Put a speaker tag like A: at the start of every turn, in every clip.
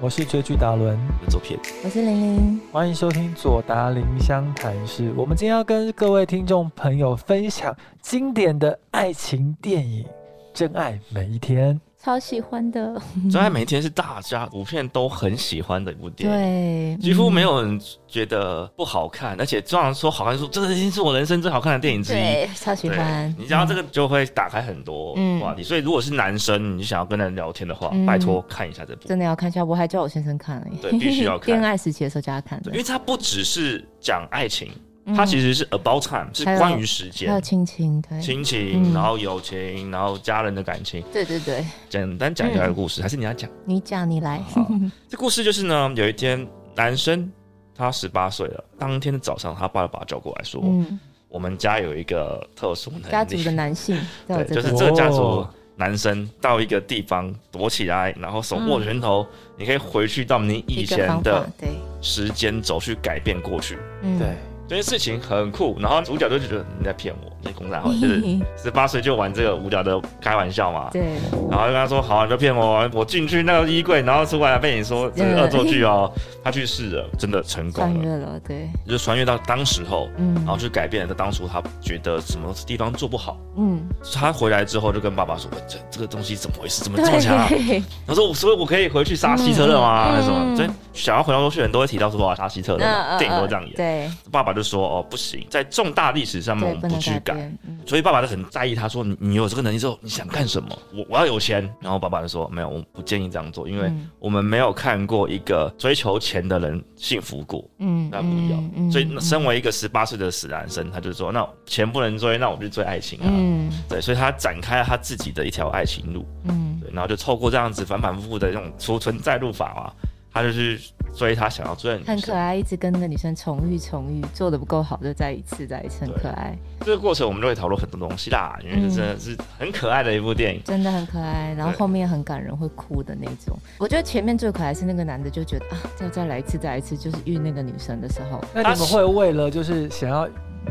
A: 我是追剧达伦，
B: 我是左撇子，
C: 我是玲玲。
A: 欢迎收听左达林湘谈室。我们今天要跟各位听众朋友分享经典的爱情电影《真爱每一天》。
C: 超喜欢的，
B: 真爱每一天是大家普遍都很喜欢的一部电影。
C: 对，嗯
B: 几乎没有人觉得不好看，而且通常说好看说，这已经是我人生最好看的电影之一。
C: 对，超喜
B: 对
C: 欢。
B: 你知道这个就会打开很多话题，所以如果是男生，你想要跟人聊天的话，
C: 嗯
B: 拜托看一下这部，
C: 真的要看一下，我还叫我先生看了耶，
B: 对必须 要看
C: 恋爱时期的时候叫他看
B: 对
C: 的
B: 因，为它不只是讲爱情，
C: 嗯
B: 它其实是 about time，是
C: 还有
B: 关于时
C: 还
B: 间、
C: 有嗯亲亲，对，
B: 亲情，
C: 嗯
B: 然后友情，然后家人的感情。
C: 对对对，
B: 简单讲一
C: 嗯
B: 下这个故事，还是你要讲？
C: 你讲你来，
B: 好，这故事就是呢，有一天男生他十八岁了，当天的早上，他爸爸把他叫过来说，
C: 嗯，
B: 我们家有一个特殊能力，
C: 家族的 男性都有
B: 对，
C: 这
B: 就是
C: 个，
B: 这个家族
A: 哦
B: 男生到一个地方躲起来，然后手握着拳
C: 嗯
B: 头，你可以回去到你以
C: 一个
B: 前
C: 方法
B: 的，
C: 对，
B: 时间轴去改变过去。
C: 嗯
A: 对，
B: 这件事情很酷，然后主角就觉得你在骗我，你公然好，就是十八岁就玩这个无聊的开玩笑嘛。
C: 对，
B: 然后就跟他说：“好、啊，你就骗我，我进去那个衣柜，然后出来被你说这是恶作剧哦。”
C: 嗯
B: 他去试了，真的成
C: 穿
B: 功
C: 越
B: 了，
C: 了，对，
B: 就穿越到当时候，
C: 啊嗯，
B: 然后去改变了当初他觉得什么地方做不好。
C: 嗯，
B: 他回来之后就跟爸爸说：“这这个东西怎么回事？怎么这么强、啊？”
C: 对，
B: 他说：“我所以我可以回去杀希特勒吗？
C: 嗯嗯
B: 还是什么？”
C: 嗯
B: 所以想要回到过去的人都会提到说：“哇，杀希特勒嘛，电影都这样演。
C: 对，”
B: 爸爸就说：“哦，不行，在重大历史上面我
C: 对，不
B: 们不
C: 能
B: 去改。
C: 变，嗯
B: 所以爸爸就很在意，他说：“你你有这个能力之后，你想干什么？我我要有钱。”然后爸爸就说：“没有，我不建议这样做，因为
C: 嗯
B: 我们没有看过一个追求钱的人幸福过。”
C: 嗯，
B: 那不一样。
C: 嗯
B: 所以那身为一个十八岁的死男生，他就说：“那钱不能追，那我就追爱情啊。
C: 嗯
B: 对，所以他展开了他自己的一条爱情路，
C: 嗯
B: 对，然后就透过这样子反反复复的这种储存再入法嘛，他就去追他想要追的女
C: 很可
B: 生。
C: 爱，一直跟那个女生重遇重遇，做的不够好就再一次再一次，很
B: 对
C: 可爱，
B: 这个过程我们就会讨论很多东西啦，因为这真的是很可爱的一部电影。
C: 真的很可爱。然后
B: 对
C: 后面很感人，会哭的那种。我觉得前面最可爱是那个男的就觉得啊，再再来一次，再来一次，就是遇那个女生的时候，
A: 那你们会为了就是想要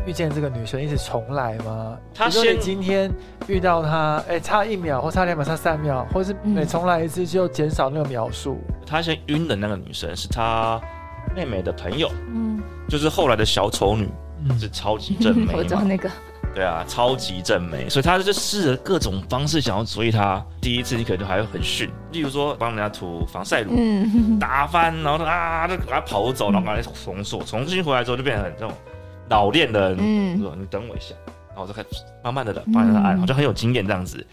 A: 遇见这个女生一直重来吗？
B: 他
A: 比如说你
B: 先
A: 今天遇到她，哎、差一秒或差两秒、差三秒，或是每
C: 嗯
A: 重来一次就减少那个秒 数。
B: 他先晕的那个女生是他妹妹的朋友，
C: 嗯，
B: 就是后来的小丑女，
A: 嗯
B: 是超级正美
C: 我知道
B: 嘛。
C: 那个，
B: 对啊，超级正美，所以他就试了各种方式想要追她。第一次你可能就还会很逊，例如说帮人家涂防晒乳，
C: 嗯，
B: 打翻，然后他啊就把他跑走，然后把他重塑，重新回来之后就变成很这种老练的人。
C: 嗯
B: 我说你等我一下，然后我就开始慢慢的帮他按，然后就很有经验这样子。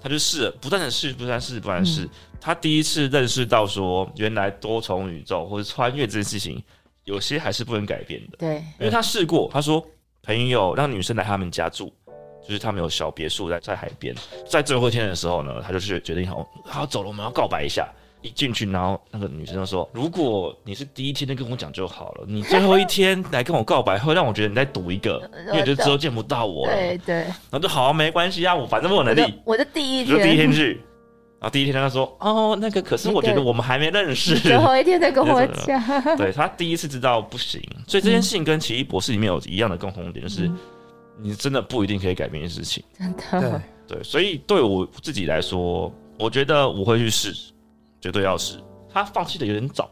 B: 他就试了，不断的试，不断地试，不断地试。他第一次认识到说，原来多重宇宙或者穿越这件事情，有些还是不能改变的。
C: 对，
B: 因为他试过，他说朋友让女生来他们家住，就是他们有小别墅在在海边，在最后一天的时候呢，他就是决定好，好走了，我们要告白一下。一进去，然后那个女生就说：“如果你是第一天就跟我讲就好了，你最后一天来跟我告白，会让我觉得你在赌一 个，因为就之后见不到我了。”
C: 对对，
B: 然后就好、啊，没关系啊，我反正我有
C: 我
B: 能
C: 的
B: 力，
C: 我的第一
B: 我就第一天
C: 天，
B: 去。然后第一天他说：“哦，那个可是我觉得我们还没认识。”
C: 最后一天再跟我
B: 你就
C: 讲，
B: 对他第一次知道不行，所以这件事情跟奇异博士里面有一样的共同点，就是
C: 嗯
B: 你真的不一定可以改变事情。
C: 真
A: 对
C: 的，，
B: 对，所以对我自己来说，我觉得我会去试，绝对要试。他放弃的有点早，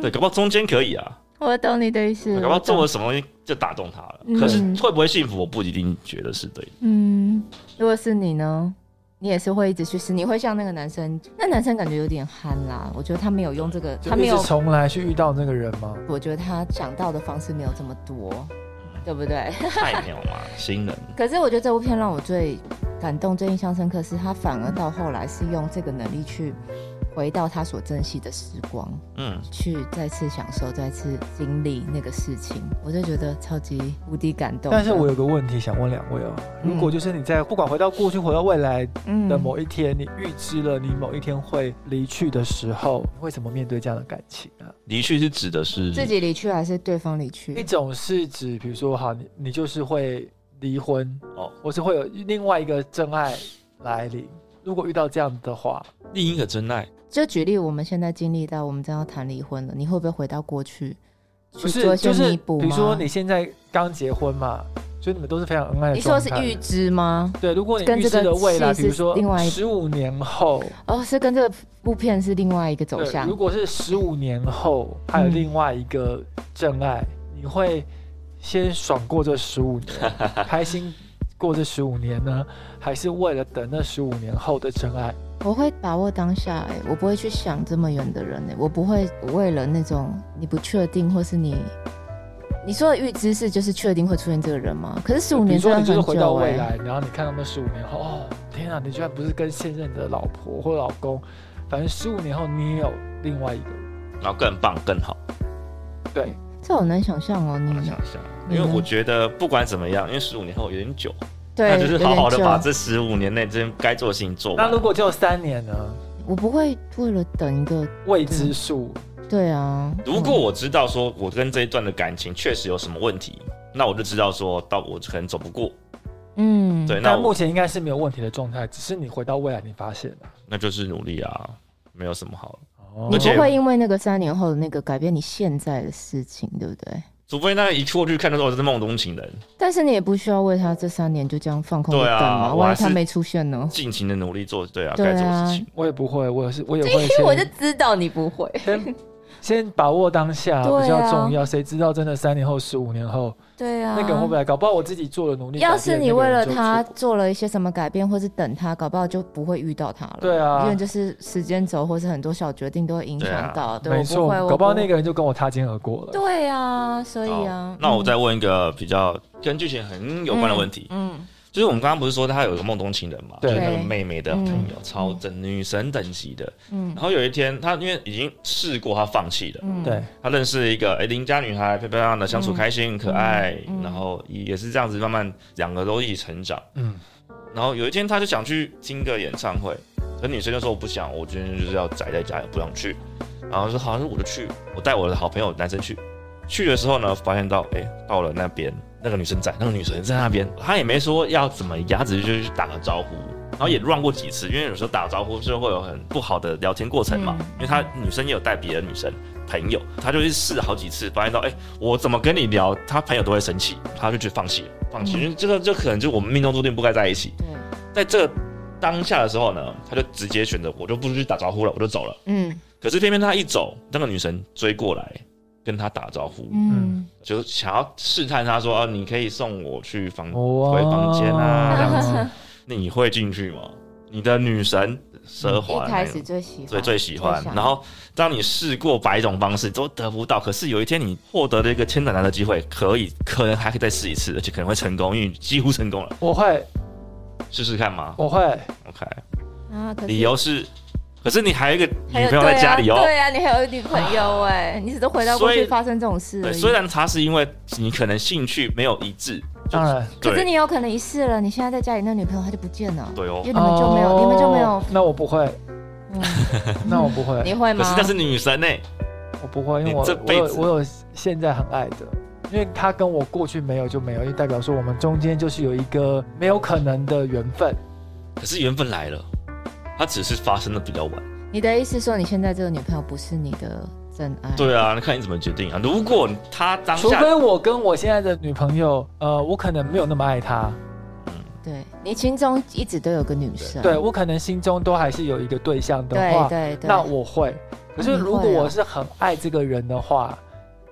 B: 对，搞不好中间可以啊，
C: 我懂你的意思，
B: 搞不好
C: 我懂
B: 做了什么东西就打动他了。
C: 嗯
B: 可是会不会幸福，我不一定觉得是对的。
C: 嗯，如果是你呢？你也是会一直去试，你会像那个男生，那男生感觉有点憨啦。我觉得他没有用这个，
A: 就
C: 他
A: 一
C: 没
A: 直
C: 有，
A: 重来去遇到那个人吗？
C: 我觉得他想到的方式没有这么多，对不对？
B: 菜鸟 嘛，新人，
C: 可是我觉得这部片让我最感动、最印象深刻是，他反而到后来是用这个能力去回到他所珍惜的时光，
B: 嗯，
C: 去再次享受、再次经历那个事情，我就觉得超级无敌感动的。
A: 但是我有个问题想问两位哦，
C: 嗯
A: 如果就是你在不管回到过去、回到未来
C: 嗯
A: 的某一天，你预知了你某一天会离去的时候，你会怎么面对这样的感情啊？
B: 离去是指的是
C: 嗯自己离去还是对方离
A: 一
C: 去？
A: 种是指，比如说，好，你你就是会离婚
B: 哦，
A: 或是会有另外一个真爱来临。如果遇到这样的话，
B: 另一个真爱，
C: 就举例，我们现在经历到我们正要谈离婚了，你会不会回到过去
A: 不
C: 去做
A: 是就
C: 一些
A: 是，
C: 弥补
A: 比如
C: 吗？
A: 说你现在刚结婚嘛，所以你们都是非常恩爱的。
C: 你说是预？知吗？
A: 对，如果你
C: 跟
A: 预
C: 这
A: 知
C: 个
A: 的未来，
C: 戏
A: 比如
C: 是
A: 说
C: 另外一
A: 十五年后，
C: 哦，是跟这部片是另外一个走
A: 对，
C: 向
A: 如。果是十五年后还有
C: 嗯
A: 另外一个真爱，你会先爽过这十五 年，开心过这十五年呢，还是为了等那十五年后的真爱？
C: 我会把握当下、欸，我不会去想这么远的人、欸，我不会为了那种你不确定或是你。你说的预知是就是确定会出现这个人吗？可是十五
A: 比
C: 年
A: 如说
C: 真的
A: 你就是
C: 很
A: 回到
C: 久
A: 未
C: 哎、
A: 来，然后你看到那十五年后，哦，天啊，你居然不是跟现任的老婆或老公，反正十五年后你也有另外一个，
B: 然后更棒更好。
A: 对，
C: 这好难想象哦、
B: 我来
C: 你
B: 想一下，因为我觉得不管怎么样，因为十五年后有点久，
C: 对
B: 那就是好好的把
C: 有点久
B: 这十五年内这该做的事情
C: 嗯
B: 做
A: 那
B: 完。
A: 如果只有三年呢？
C: 我不会为了等一个
A: 未知数，
C: 对啊。
B: 如果我知道说我跟这一段的感情确实有什么问题，那我就知道说到我可能走不过。
C: 嗯，
B: 对，那
A: 但
B: 我
A: 目前应该是没有问题的状态，只是你回到未来你发现了。
B: 那就是努力啊，没有什么好。
A: 哦
C: 你
B: 而且
C: 不会因为那个三年后的那个改变你现在的事情，对不对？
B: 除非那一过去看到说我是梦中情人，
C: 但是你也不需要为他这三年就这样放空
B: 对
C: 的
B: 啊
C: 等嘛，
B: 我
C: 万
B: 还
C: 一他
B: 是
C: 没出现呢？
B: 尽情的努力做对啊
C: 对
B: 该
C: 啊
B: 做的事情。
A: 我也不会，我也是，我也会
C: 因为
A: 先
C: 我就知道你 不会。
A: 先先把握当下
C: 对啊
A: 比较重要。谁知道真的三年后、十五年后，
C: 对啊，
A: 那个人会不会来搞？不好我自己做了努力，
C: 要是你为了
A: 改
C: 他
A: 变那个人就错
C: 做了一些什么改变，或是等他，搞不好就不会遇到他了。
A: 对啊
C: 因为就是时间轴或是很多小决定都会影响到。对,、
A: 没
C: 我不
A: 错
C: 会，我，
A: 搞不好那
C: 会
A: 个哦人就跟我擦肩而过了。
C: 对啊，所以啊
B: 好，那我
C: 嗯
B: 再问一个比较跟剧情很有关的问题，
C: 嗯，
B: 就是我们刚刚不是说他有一个梦中情人嘛，就
A: 对
B: 是那个妹妹的朋友，
C: 嗯
B: 超正女神等级的。
C: 嗯
B: 然后有一天，他因为已经试过，他放弃了。
C: 嗯，
A: 对，
B: 他认识了一个哎邻家女孩，漂漂亮亮的，相处开心、可爱，
C: 嗯
B: 然后也是这样子慢慢两个都一起成长。
A: 嗯，
B: 然后有一天，他就想去听个演唱会，可女生就说我不想，我今天就是要宅在家，也不想去。然后说好，那我就去，我带我的好朋友男生去。去的时候呢，发现到哎、到了那边那个女生在，那个女生在那边，她也没说要怎么样，她只是就是打个招呼。然后也乱过几次，因为有时候打招呼就会有很不好的聊天过程嘛。
C: 嗯
B: 因为她女生也有带别的女生朋友，她就去试了好几次，发现到哎、我怎么跟你聊，她朋友都会生气，她就去放弃了，放弃，
C: 嗯
B: 因为这个这可能就是我们命中注定不该在一起。在
C: 对，
B: 这当下的时候呢，他就直接选择我就不去打招呼了，我就走了。
C: 嗯
B: 可是偏偏他一走，那个女神追过来跟他打招呼，
A: 嗯
C: 嗯，
B: 就想要试探他说：“啊，你可以送我去房
C: 哦
A: 哇
B: 嗯回房间啊，这 样子，
A: 子，
B: 你会进去吗？”你的女神奢华
C: 嗯一
B: 那
C: 开
B: 个
C: 始最喜欢，
B: 最最喜欢
C: 最。想
B: 然后当你试过百种方式都得不到，可是有一天你获得了一个千载难得的机会，可以可能还可以再试一次，而且可能会成功，因为你几乎成功了，
A: 我会，
B: 试试看嘛。
A: 我会，
B: OK。
C: 啊，可是
B: 理由是，可是你还有一个
C: 还
B: 女
C: 有
B: 朋友在家里哦。
C: 对啊对啊，你还有女朋 友哎、你只是回到过
B: 所
C: 去
B: 以
C: 发生这种事
B: 对
C: 而已。
B: 虽然他是因为你可能兴趣没有一致，就
A: 当然。
C: 可是
B: 对
C: 你有可能一试了，你现在在家里那女朋友她就不见了，
B: 对哦
C: 因为。你们就没有，
A: 哦
C: 你们就没有，
A: 那我不会，
C: 嗯，
A: 那我不会，
C: 你会吗？
B: 可是那是女神呢、欸
A: 我不会，因为
B: 你
A: 我
B: 这
A: 我
B: 辈
A: 有
B: 子
A: 我有现在很爱的，因为他跟我过去没有就没有，就代表说我们中间就是有一个没有可能的缘分。
B: 可是缘分来了，它只是发生的比较晚。
C: 你的意思说你现在这个女朋友不是你的真爱？
B: 对啊，那看你怎么决定啊。如果他当
A: 除
B: 下
A: 非我跟我现在的女朋友，呃，我可能没有那么爱她，
C: 对，你心中一直都有个女生。
A: 对我可能心中都还是有一个对象的
C: 对
A: 话，
C: 对对。
A: 那我会。可是
C: 你会
A: 如果我
C: 哦
A: 是很爱这个人的话，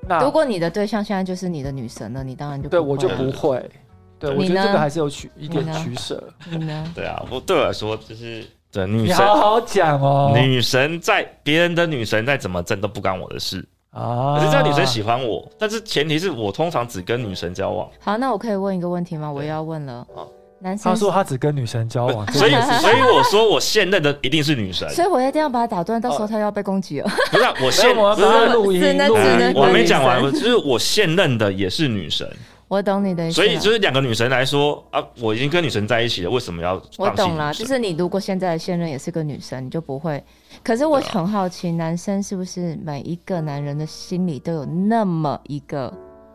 A: 那
C: 如果你的对象现在就是你的女神了，你当然就
A: 对
C: 不会
A: 我就
C: 了
A: 不会。对，我
C: 你
A: 觉得这个
C: 呢
A: 还是有取一点
C: 你呢
A: 取舍。
C: 你 呢？
B: 对啊，我对我来说就是对女
A: 你
B: 神
A: 好，好讲哦。
B: 女神在别人的女神再怎么争都不干我的事。
A: 啊，
B: 可是这个女神喜欢我，但是前提是我通常只跟女神交往，
C: 好，那我可以问一个问题吗？我又要问了
B: 好。
C: 男生
A: 他，说他只跟女神交往，
B: 所以所以我说我现任的一定是女神，
C: 所以我一定要把他打断，到时候他又要被攻击了。哦
B: 不是啊、我
A: 所以
B: 现
A: 我们
B: 不是
A: 把它录音，
C: 只能
A: 录音
C: 只
B: 呃
C: 能
B: 我还没
C: 女
B: 讲完，
C: 神
B: 我就是我现任的也是女神，
C: 我懂你的意思
B: 所
C: 了。
B: 以就是两个女神来说啊，我已经跟女神在一起了，为什么要
C: 我
B: 放弃
C: 懂
B: 女
C: 啦，
B: 神？
C: 就是你如果现在的现任也是个女生，你就不会。可是我
B: 对啊
C: 很好奇，男生是不是每一个男人的心里都有那么一个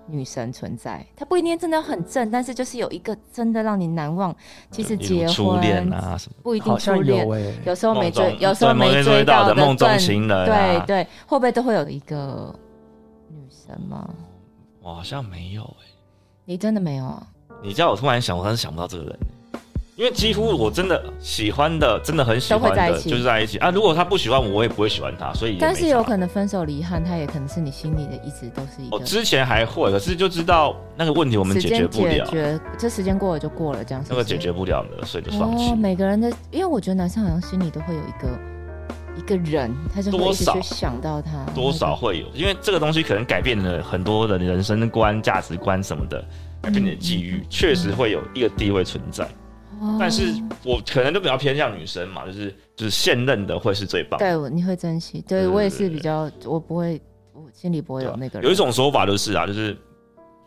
C: 女神存在？他不一定真的很正，但是就是有一个真的让你难忘。即使
B: 例
C: 结
B: 如
C: 婚，
B: 初恋啊什么，
C: 不一定
A: 好
C: 初
A: 像
C: 恋
A: 有，哎，
C: 有时候没
B: 梦
C: 追
B: 中，
C: 有时候
B: 对某
C: 没
B: 天追
C: 到
B: 到的梦中
C: 断
B: 情人啊
C: 对对，会不会都会有一个女神吗？
B: 我好像没有、欸，
C: 你真的没有啊？
B: 我你叫我突然想，我真的想不到这个人，因为几乎我真的喜欢的，真的很喜欢
C: 都会在一
B: 的，
C: 起
B: 就是在一起啊。如果他不喜欢我，我也不会喜欢他，所以也
C: 但是有
B: 能。
C: 可能分手离憾，他也可能是你心里的一直都是一
B: 我、
C: 个
B: 之前还会，可是就知道那个问题我们
C: 时
B: 解决
C: 间
B: 不
C: 解
B: 了，
C: 决，这时间过了就过了，这样是
B: 那
C: 不
B: 个
C: 是
B: 解决不了的，所以就放弃。
C: 哦，每个人的，因为我觉得男生好像心里都会有一个一个人，他就会一直
B: 多少
C: 去想到他
B: 多少会
C: 嗯
B: 有，因为这个东西可能改变了很多的人生观、价值观什么的，改变你的际
C: 嗯
B: 遇，确实会有一个地位存在。
C: 哦
B: 但是我可能就比较偏向女生嘛，就是就是现任的会是最棒。
C: 对，我你会珍惜，
B: 对
C: 对
B: 对
C: 我也
B: 对对
C: 是比较，我不会，我心里不会
B: 对啊
C: 有
B: 吧
C: 那个人。
B: 有一种说法就是啊，就是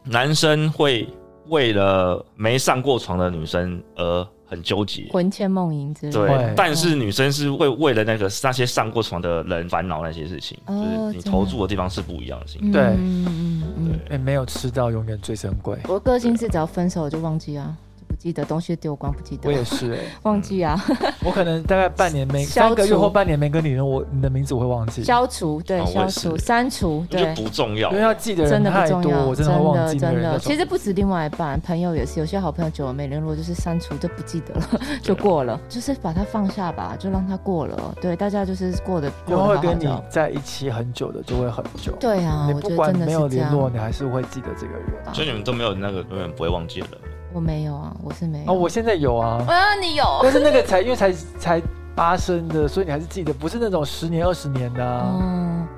B: 男生会为了没上过床的女生而很纠结。
C: 魂牵梦萦之类的。
A: 会
B: 对，但是女生是会为了那个那些上过床的人烦恼那些事情，
C: 哦
B: 就是你
C: 真的
B: 投注的地方是不一样的事情。
C: 嗯
A: 对
C: 嗯嗯嗯。
A: 哎、没有吃到永远最珍贵。
C: 我个性是只要分手我就忘记啊，就不记得东西丢光，不记
A: 我也
C: 得
A: 是哎、
C: 忘记啊，
A: 我可能大概半年没
C: 消除
A: 三个月或半年没跟你人，我你的名字我会忘记，
C: 消除对
B: 啊我
C: 消
B: 也是
C: 除删除
B: 我觉得
C: 对。
B: 不重要
A: 因为。要记的
C: 真
A: 人
C: 的不
A: 太
C: 重
A: 多，
C: 要，
A: 我真的会忘记那个
C: 真
A: 人叫
C: 的
A: 什么
C: 其实不止另外一半，朋友也是，有些好朋友久了没联络，就是删除就不记得了， 就
A: 啊
C: 过了，就是把它放下吧，就让它过了。哦对，大家就是过得
A: 因
C: 过得
A: 为
C: 好
A: 会
C: 好
A: 跟你
C: 的。
A: 在一起很久的就会很久，
C: 对啊，
A: 你
C: 我觉
A: 不
C: 得
A: 管
C: 真的
A: 没有
C: 是这
A: 联络，
C: 样。啊
A: 你还是会记得这个人。
B: 所以你们都没有那个永远不会忘记的人。
C: 我没有啊，我是没有。
A: 哦，我现在有 啊，
C: 啊，你有
A: 但是那个才因为才才发生的，所以你还是记得，不是那种十年二十年的、啊。
C: 哦，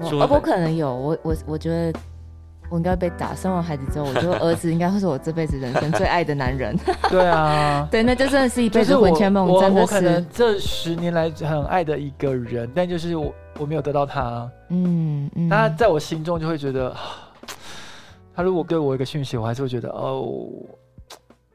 C: 我
B: 说
C: 呃
B: 很
C: 我可能有，我我我觉得我应该被打。生完孩子之后，我觉得儿子应该会是我这辈子人生最爱的男人。，
A: 对啊
C: 对，那就真的是一
A: 就
C: 辈
A: 是
C: 子
A: 我
C: 魂牵梦，
A: 我
C: 真的
A: 我可能
C: 是，
A: 这十年来很爱的一个人，但就是我我没有得到他，
C: 嗯嗯，
A: 那在我心中就会觉得，啊他如果给我一个讯息，我还是会觉得哦，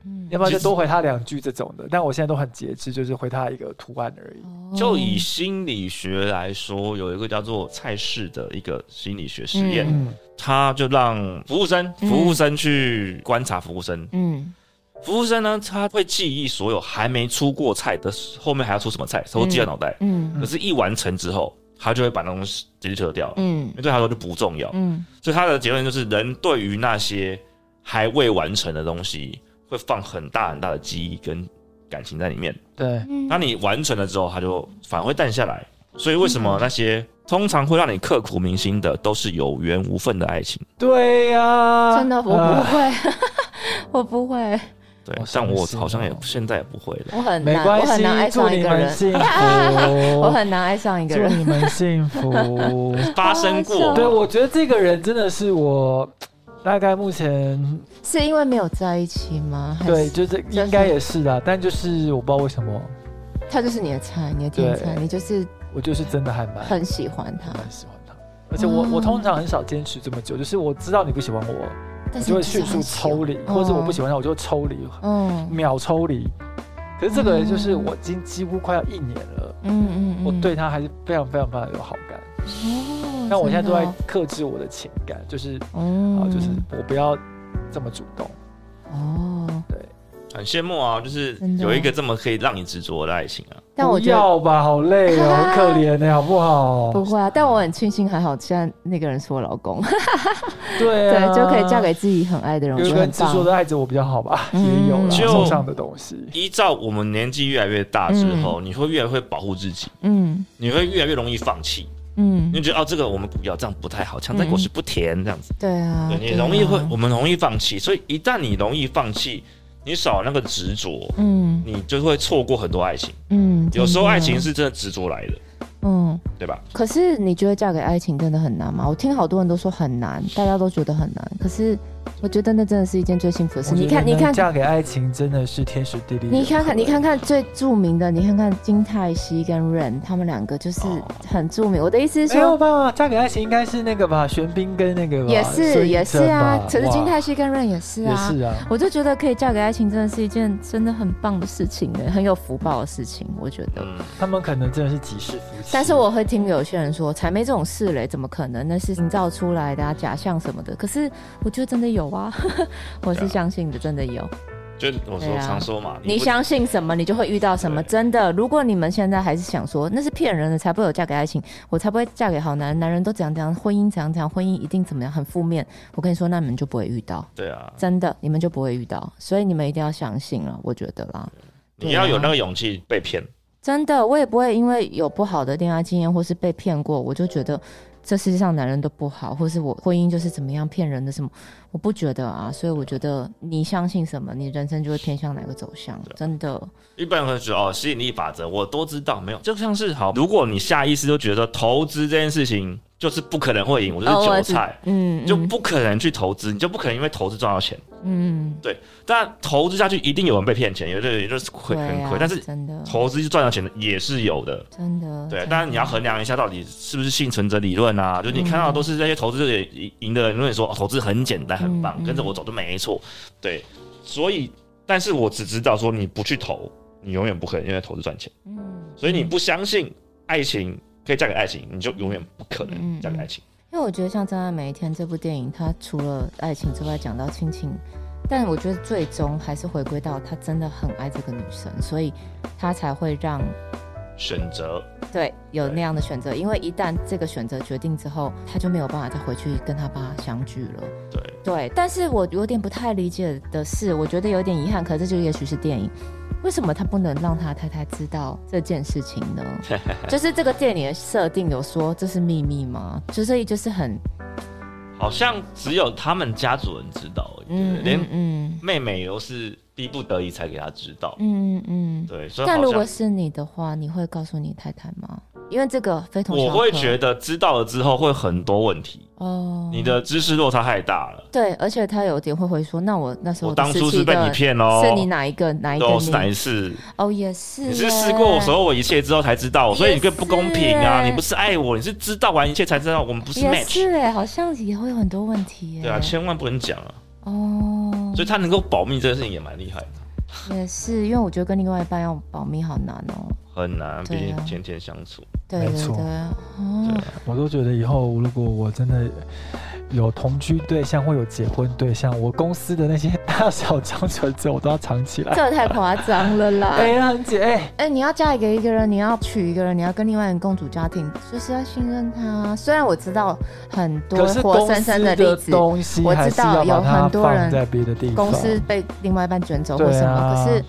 C: 嗯
A: 要不然就
B: 其实
A: 多回他两句这种的。但我现在都很节制，就是回他一个图案而已。
C: 哦
B: 就以心理学来说，有一个叫做蔡氏的一个心理学实验，
C: 嗯
A: 嗯，
B: 他就让服务生
C: 嗯
B: 服务生去观察服务生，
C: 嗯
B: 服务生呢他会记忆所有还没出过菜的后面还要出什么菜，都记在脑袋。
C: 嗯
B: 可是，一完成之后，他就会把那东西 delete 掉，
C: 嗯
B: 因为对他来说就不重要。
C: 嗯
B: 所以他的结论就是，人对于那些还未完成的东西，会放很大很大的记忆跟感情在里面。
A: 对，
C: 嗯，
B: 当你完成了之后，它就反而会淡下来。所以为什么那些通常会让你刻骨铭心的，都是有缘无分的爱情？
A: 对呀、
C: 真的我不
A: 呃
C: 会， 我不会，
B: 对
A: 好，伤
B: 像
A: 心
B: 我好像也
A: 哦
B: 现在也不会了。
C: 我很
A: 没
C: 难，我
A: 关
C: 很
A: 系
C: 难爱，
A: 祝
C: 上一
A: 你
C: 个
A: 们
C: 人，
A: 幸福，
C: 我很难爱上一个
A: 祝
C: 人。
A: 你们幸 福。
B: 发生过，
A: 对，我觉得这个人真的是我。大概目前
C: 是因为没有在一起吗？还
A: 对，
C: 是
A: 就是应该也是啦，但就是我不知道为什么，
C: 他就是你的菜，你的天菜，
A: 对
C: 你就是
A: 我就是真的还蛮
C: 很哦喜欢他，
A: 蛮喜欢他，而且我、我通常很少坚持这么久，就是我知道你不喜欢我，
C: 但
A: 我
C: 是
A: 就会
C: 你
A: 迅
C: 就
A: 速
C: 是很哦喜欢
A: 抽离，或者我不喜
C: 欢。
A: 欢他，我就会抽离，
C: 嗯
A: 秒抽离。可是这个人就是
C: 嗯
A: 我已经几乎快要一年了，
C: 嗯嗯嗯，
A: 我对他还是非常非常非常有好感。
C: 哦。
A: 但我现在都在
C: 真的
A: 克制我的情感，就是
C: 哦，嗯
A: 啊，就是我不要这么主动。
C: 哦。
B: 很羡慕啊，就是
C: 真的
B: 有一个这么可以让你执着的爱情啊。
C: 但我
A: 不
C: 觉得
A: 要吧，好累哦，很可怜呢，好不好？
C: 不会啊，但我很庆幸，还好现在那个人是我老公，
A: 对
C: 对
A: 啊，，
C: 就可以嫁给自己很爱的人，我
A: 有一
C: 觉
A: 个人
C: 得很
A: 执着
C: 棒。
A: 的爱着我比较好吧，
C: 嗯
A: 也有啦，
B: 就
A: 手上的东西。
B: 依照我们年纪越来越大之后，你会越来越会保护自己，
C: 嗯
B: 你会越来越容易放弃，你
C: 嗯
B: 就，觉得哦，这个我们不要，这样不太好，强摘果实不甜这样子。
C: 对啊，
B: 对你
C: 对啊
B: 容易会，我们容易放弃，所以一旦你容易放弃，你少那个执着，
C: 嗯
B: 你就会错过很多爱情。
C: 嗯，
B: 有时候
C: 真的
B: 爱情是真的执着来的，
C: 嗯，
B: 对吧？
C: 可是你觉得嫁给爱情真的很难吗？我听好多人都说很难，大家都觉得很难。可是我觉得那真的是一件最幸福的事。
A: 我觉
C: 你
A: 得
C: 看，你
A: 能
C: 看，
A: 嫁给爱情真的是天时地利。
C: 你看看，你看，看最著名的，你看看金泰熙跟 Rain 他们两个就是
B: 哦
C: 很著名。我的意思是
A: 没有
C: 说，
A: 吧？嫁给爱情应该是那个吧，玄彬跟那个吧
C: 也
A: 孙
C: 是
A: 艺
C: 也是
A: 珍
C: 啊
A: 吧，
C: 可是金
A: 哇
C: 泰熙跟 Rain 也是
A: 也
C: 啊。
A: 是啊，
C: 我就觉得可以嫁给爱情，真的是一件真的很棒的事情呢，很有福报的事情，我觉得。
B: 嗯，
A: 他们可能真的是几世夫妻。
C: 但是我会听有些人说，才没这种事嘞，怎么可能？那是营造出 来的、啊、假象什么的。可是我觉得真的有啊，我是相信的，真的有。
B: 就我说
C: 对啊
B: 常说嘛，
C: 你
B: 不
C: 相信什么，你就会遇到什么。
B: 对
C: 真的，啊如果你们现在还是想说那是骗人的，才不会有嫁给爱情，我才不会嫁给好男人，男人都怎样怎样，婚姻怎样怎样，婚姻一定怎么样，很负面。我跟你说，那你们就不会遇到，
B: 对啊，
C: 真的，你们就不会遇到。所以你们一定要相信了，我觉得啦，
B: 你要有
C: 对啊
B: 那个勇气被骗，
C: 真的，我也不会因为有不好的恋爱经验或是被骗过，我就觉得。这世界上男人都不好，或是我婚姻就是怎么样骗人的什么，我不觉得啊，所以我觉得你相信什么，你人生就会偏向哪个走向，
B: 啊
C: 真的。
B: 一般人会觉得哦，吸引力法则我都知道，没有，就像是好，如果你下意识就觉得投资这件事情就是不可能会赢，我就是
C: 哦我
B: 韭
C: 知
B: 菜，
C: 嗯，
B: 就
C: 嗯
B: 不可能去投资，你就不可能因为投资赚到钱。
C: 嗯，
B: 但投资下去一定有人被骗钱，有的人就是亏
C: 对
B: 很
C: 啊
B: 亏，但是
C: 真的
B: 投资赚到钱的也是有的。
C: 真的
B: 对，
C: 真
B: 当然你要
C: 的
B: 衡量一下到底是不是幸存者理论啊，就是你看到的都是那些投资者赢赢的人，如果说、哦、投资很简单很棒，
C: 嗯嗯
B: 跟着我走就没错。对，所以但是我只知道说你不去投，你永远不可能因为投资赚钱。
C: 嗯，
B: 所以你
C: 嗯
B: 不相信爱情可以嫁给爱情，你就永远不可能
C: 嗯
B: 嫁给爱情。
C: 因为我觉得像《真爱每一天》这部电影，它除了爱情之外，讲到亲情，但我觉得最终还是回归到他真的很爱这个女生，所以他才会让
B: 选择
C: 对有
B: 对
C: 那样的选择。因为一旦这个选择决定之后，他就没有办法再回去跟他爸相聚了。
B: 对，
C: 对，但是我有点不太理解的是，我觉得有点遗憾，可这就也许是电影，为什么他不能让他太太知道这件事情 呢？就是这个电影的设定有说这是秘密吗？就所以就是很
B: 好像只有他们家族人知道，
C: 嗯
B: 嗯，连
C: 嗯嗯
B: 妹妹都是逼不得已才给他知道。
C: 嗯嗯。
B: 对，所以
C: 但
B: 好
C: 如果
B: 像
C: 是你的话，你会告诉你太太吗？因为这个非同小
B: 我
C: 可，
B: 会觉得知道了之后会很多问题，
C: 哦，
B: 你的知识落差太大了。
C: 对，而且他有点会回说，那我那时候
B: 我当初是被你骗
C: 哦，
B: 哦，
C: 是你哪一个哪一个
B: 哦是哪
C: 你
B: 一次？
C: 哦也是耶，
B: 你是试过所有我一切之后才知道，所以你更不公平啊！
C: 也是
B: 你不是爱我，你是知道完一切才知道我们不是
C: 也
B: match。
C: 是哎，好像也会有很多问题耶。欸
B: 对啊，千万不能讲啊！
C: 哦，
B: 所以他能够保密这件事情也蛮厉害的，
C: 也是，因为我觉得跟另外一半要保密好难哦。
B: 很难，毕
C: 对啊
B: 竟天天相处。啊
C: 对
A: 没
C: 对
A: 错
C: 对，哦，
A: 我都觉得以后如果我真的有同居对象或有结婚对象，我公司的那些大小张存折我都要藏起 来。
C: 这太夸张 了啦！
A: 哎，呀，恒姐，哎，
C: 哎、你要嫁给一个人，你要娶一个人，你要跟另外一个共主家庭，就是要信任他。啊虽然我知道很多
A: 可是
C: 活
A: 公
C: 生
A: 司
C: 生的例
A: 的
C: 子，
A: 东西
C: 我知
A: 还是要
C: 道
A: 把
C: 有
A: 它
C: 很多人
A: 放在别的地方。
C: 公司被另外一半卷走或
A: 对
C: 什么，
A: 啊
C: 可是，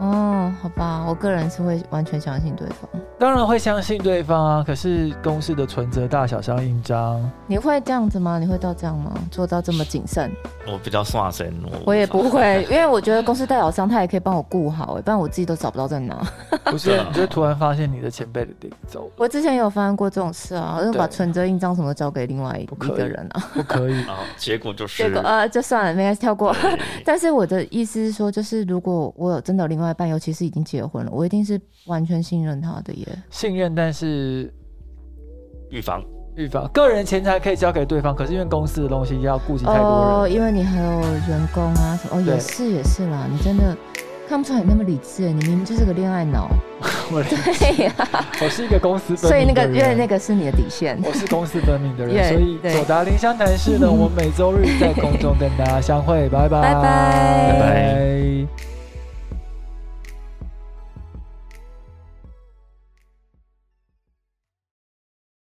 C: 嗯，好吧，我个人是会完全相信对方。
A: 当然会相信对方啊，可是公司的存折大小是要印 章，
C: 你会这样子吗？你会到这样吗？做到这么谨慎？
B: 我比较刷身，
C: 我也不会，因为我觉得公司代表商他也可以帮我顾好、哎，不然我自己都找不到在哪。
A: 不是
B: 对？啊
A: 你就突然发现你的钱被领走，
C: 我之前也有发生过这种事啊，就
A: 对
C: 把存折、印章什么交给另外一
A: 不可以
C: 一个人啊，
A: 不可 以。
B: 然后结果就是
C: 结果呃，就算了，没关系，跳过。
B: 对
C: 但是我的意思是说，就是如果我有真的有另外一半，尤其是已经结婚了，我一定是完全信任他的耶。
A: 信任，但是
B: 预防
A: 预防个人钱财可以交给对方，可是因为公司的东西要顾及太多人，
C: 哦因为你还有员工啊什么，哦，
A: 对
C: 也是也是啦，你真的看不出来你那么理智耶，你明明就是个恋爱脑。
A: 我
C: 对呀、
A: 我是一个公司分
C: 所以那
A: 明的
C: 个
A: 人，
C: 因为那个是你的底线。
A: 我是公司分明的人，
C: 对
A: 所以
C: 对
A: 左达林香谈事呢，我们每周日在空中跟大家相会，拜拜，
C: 拜拜
B: 拜
A: 拜。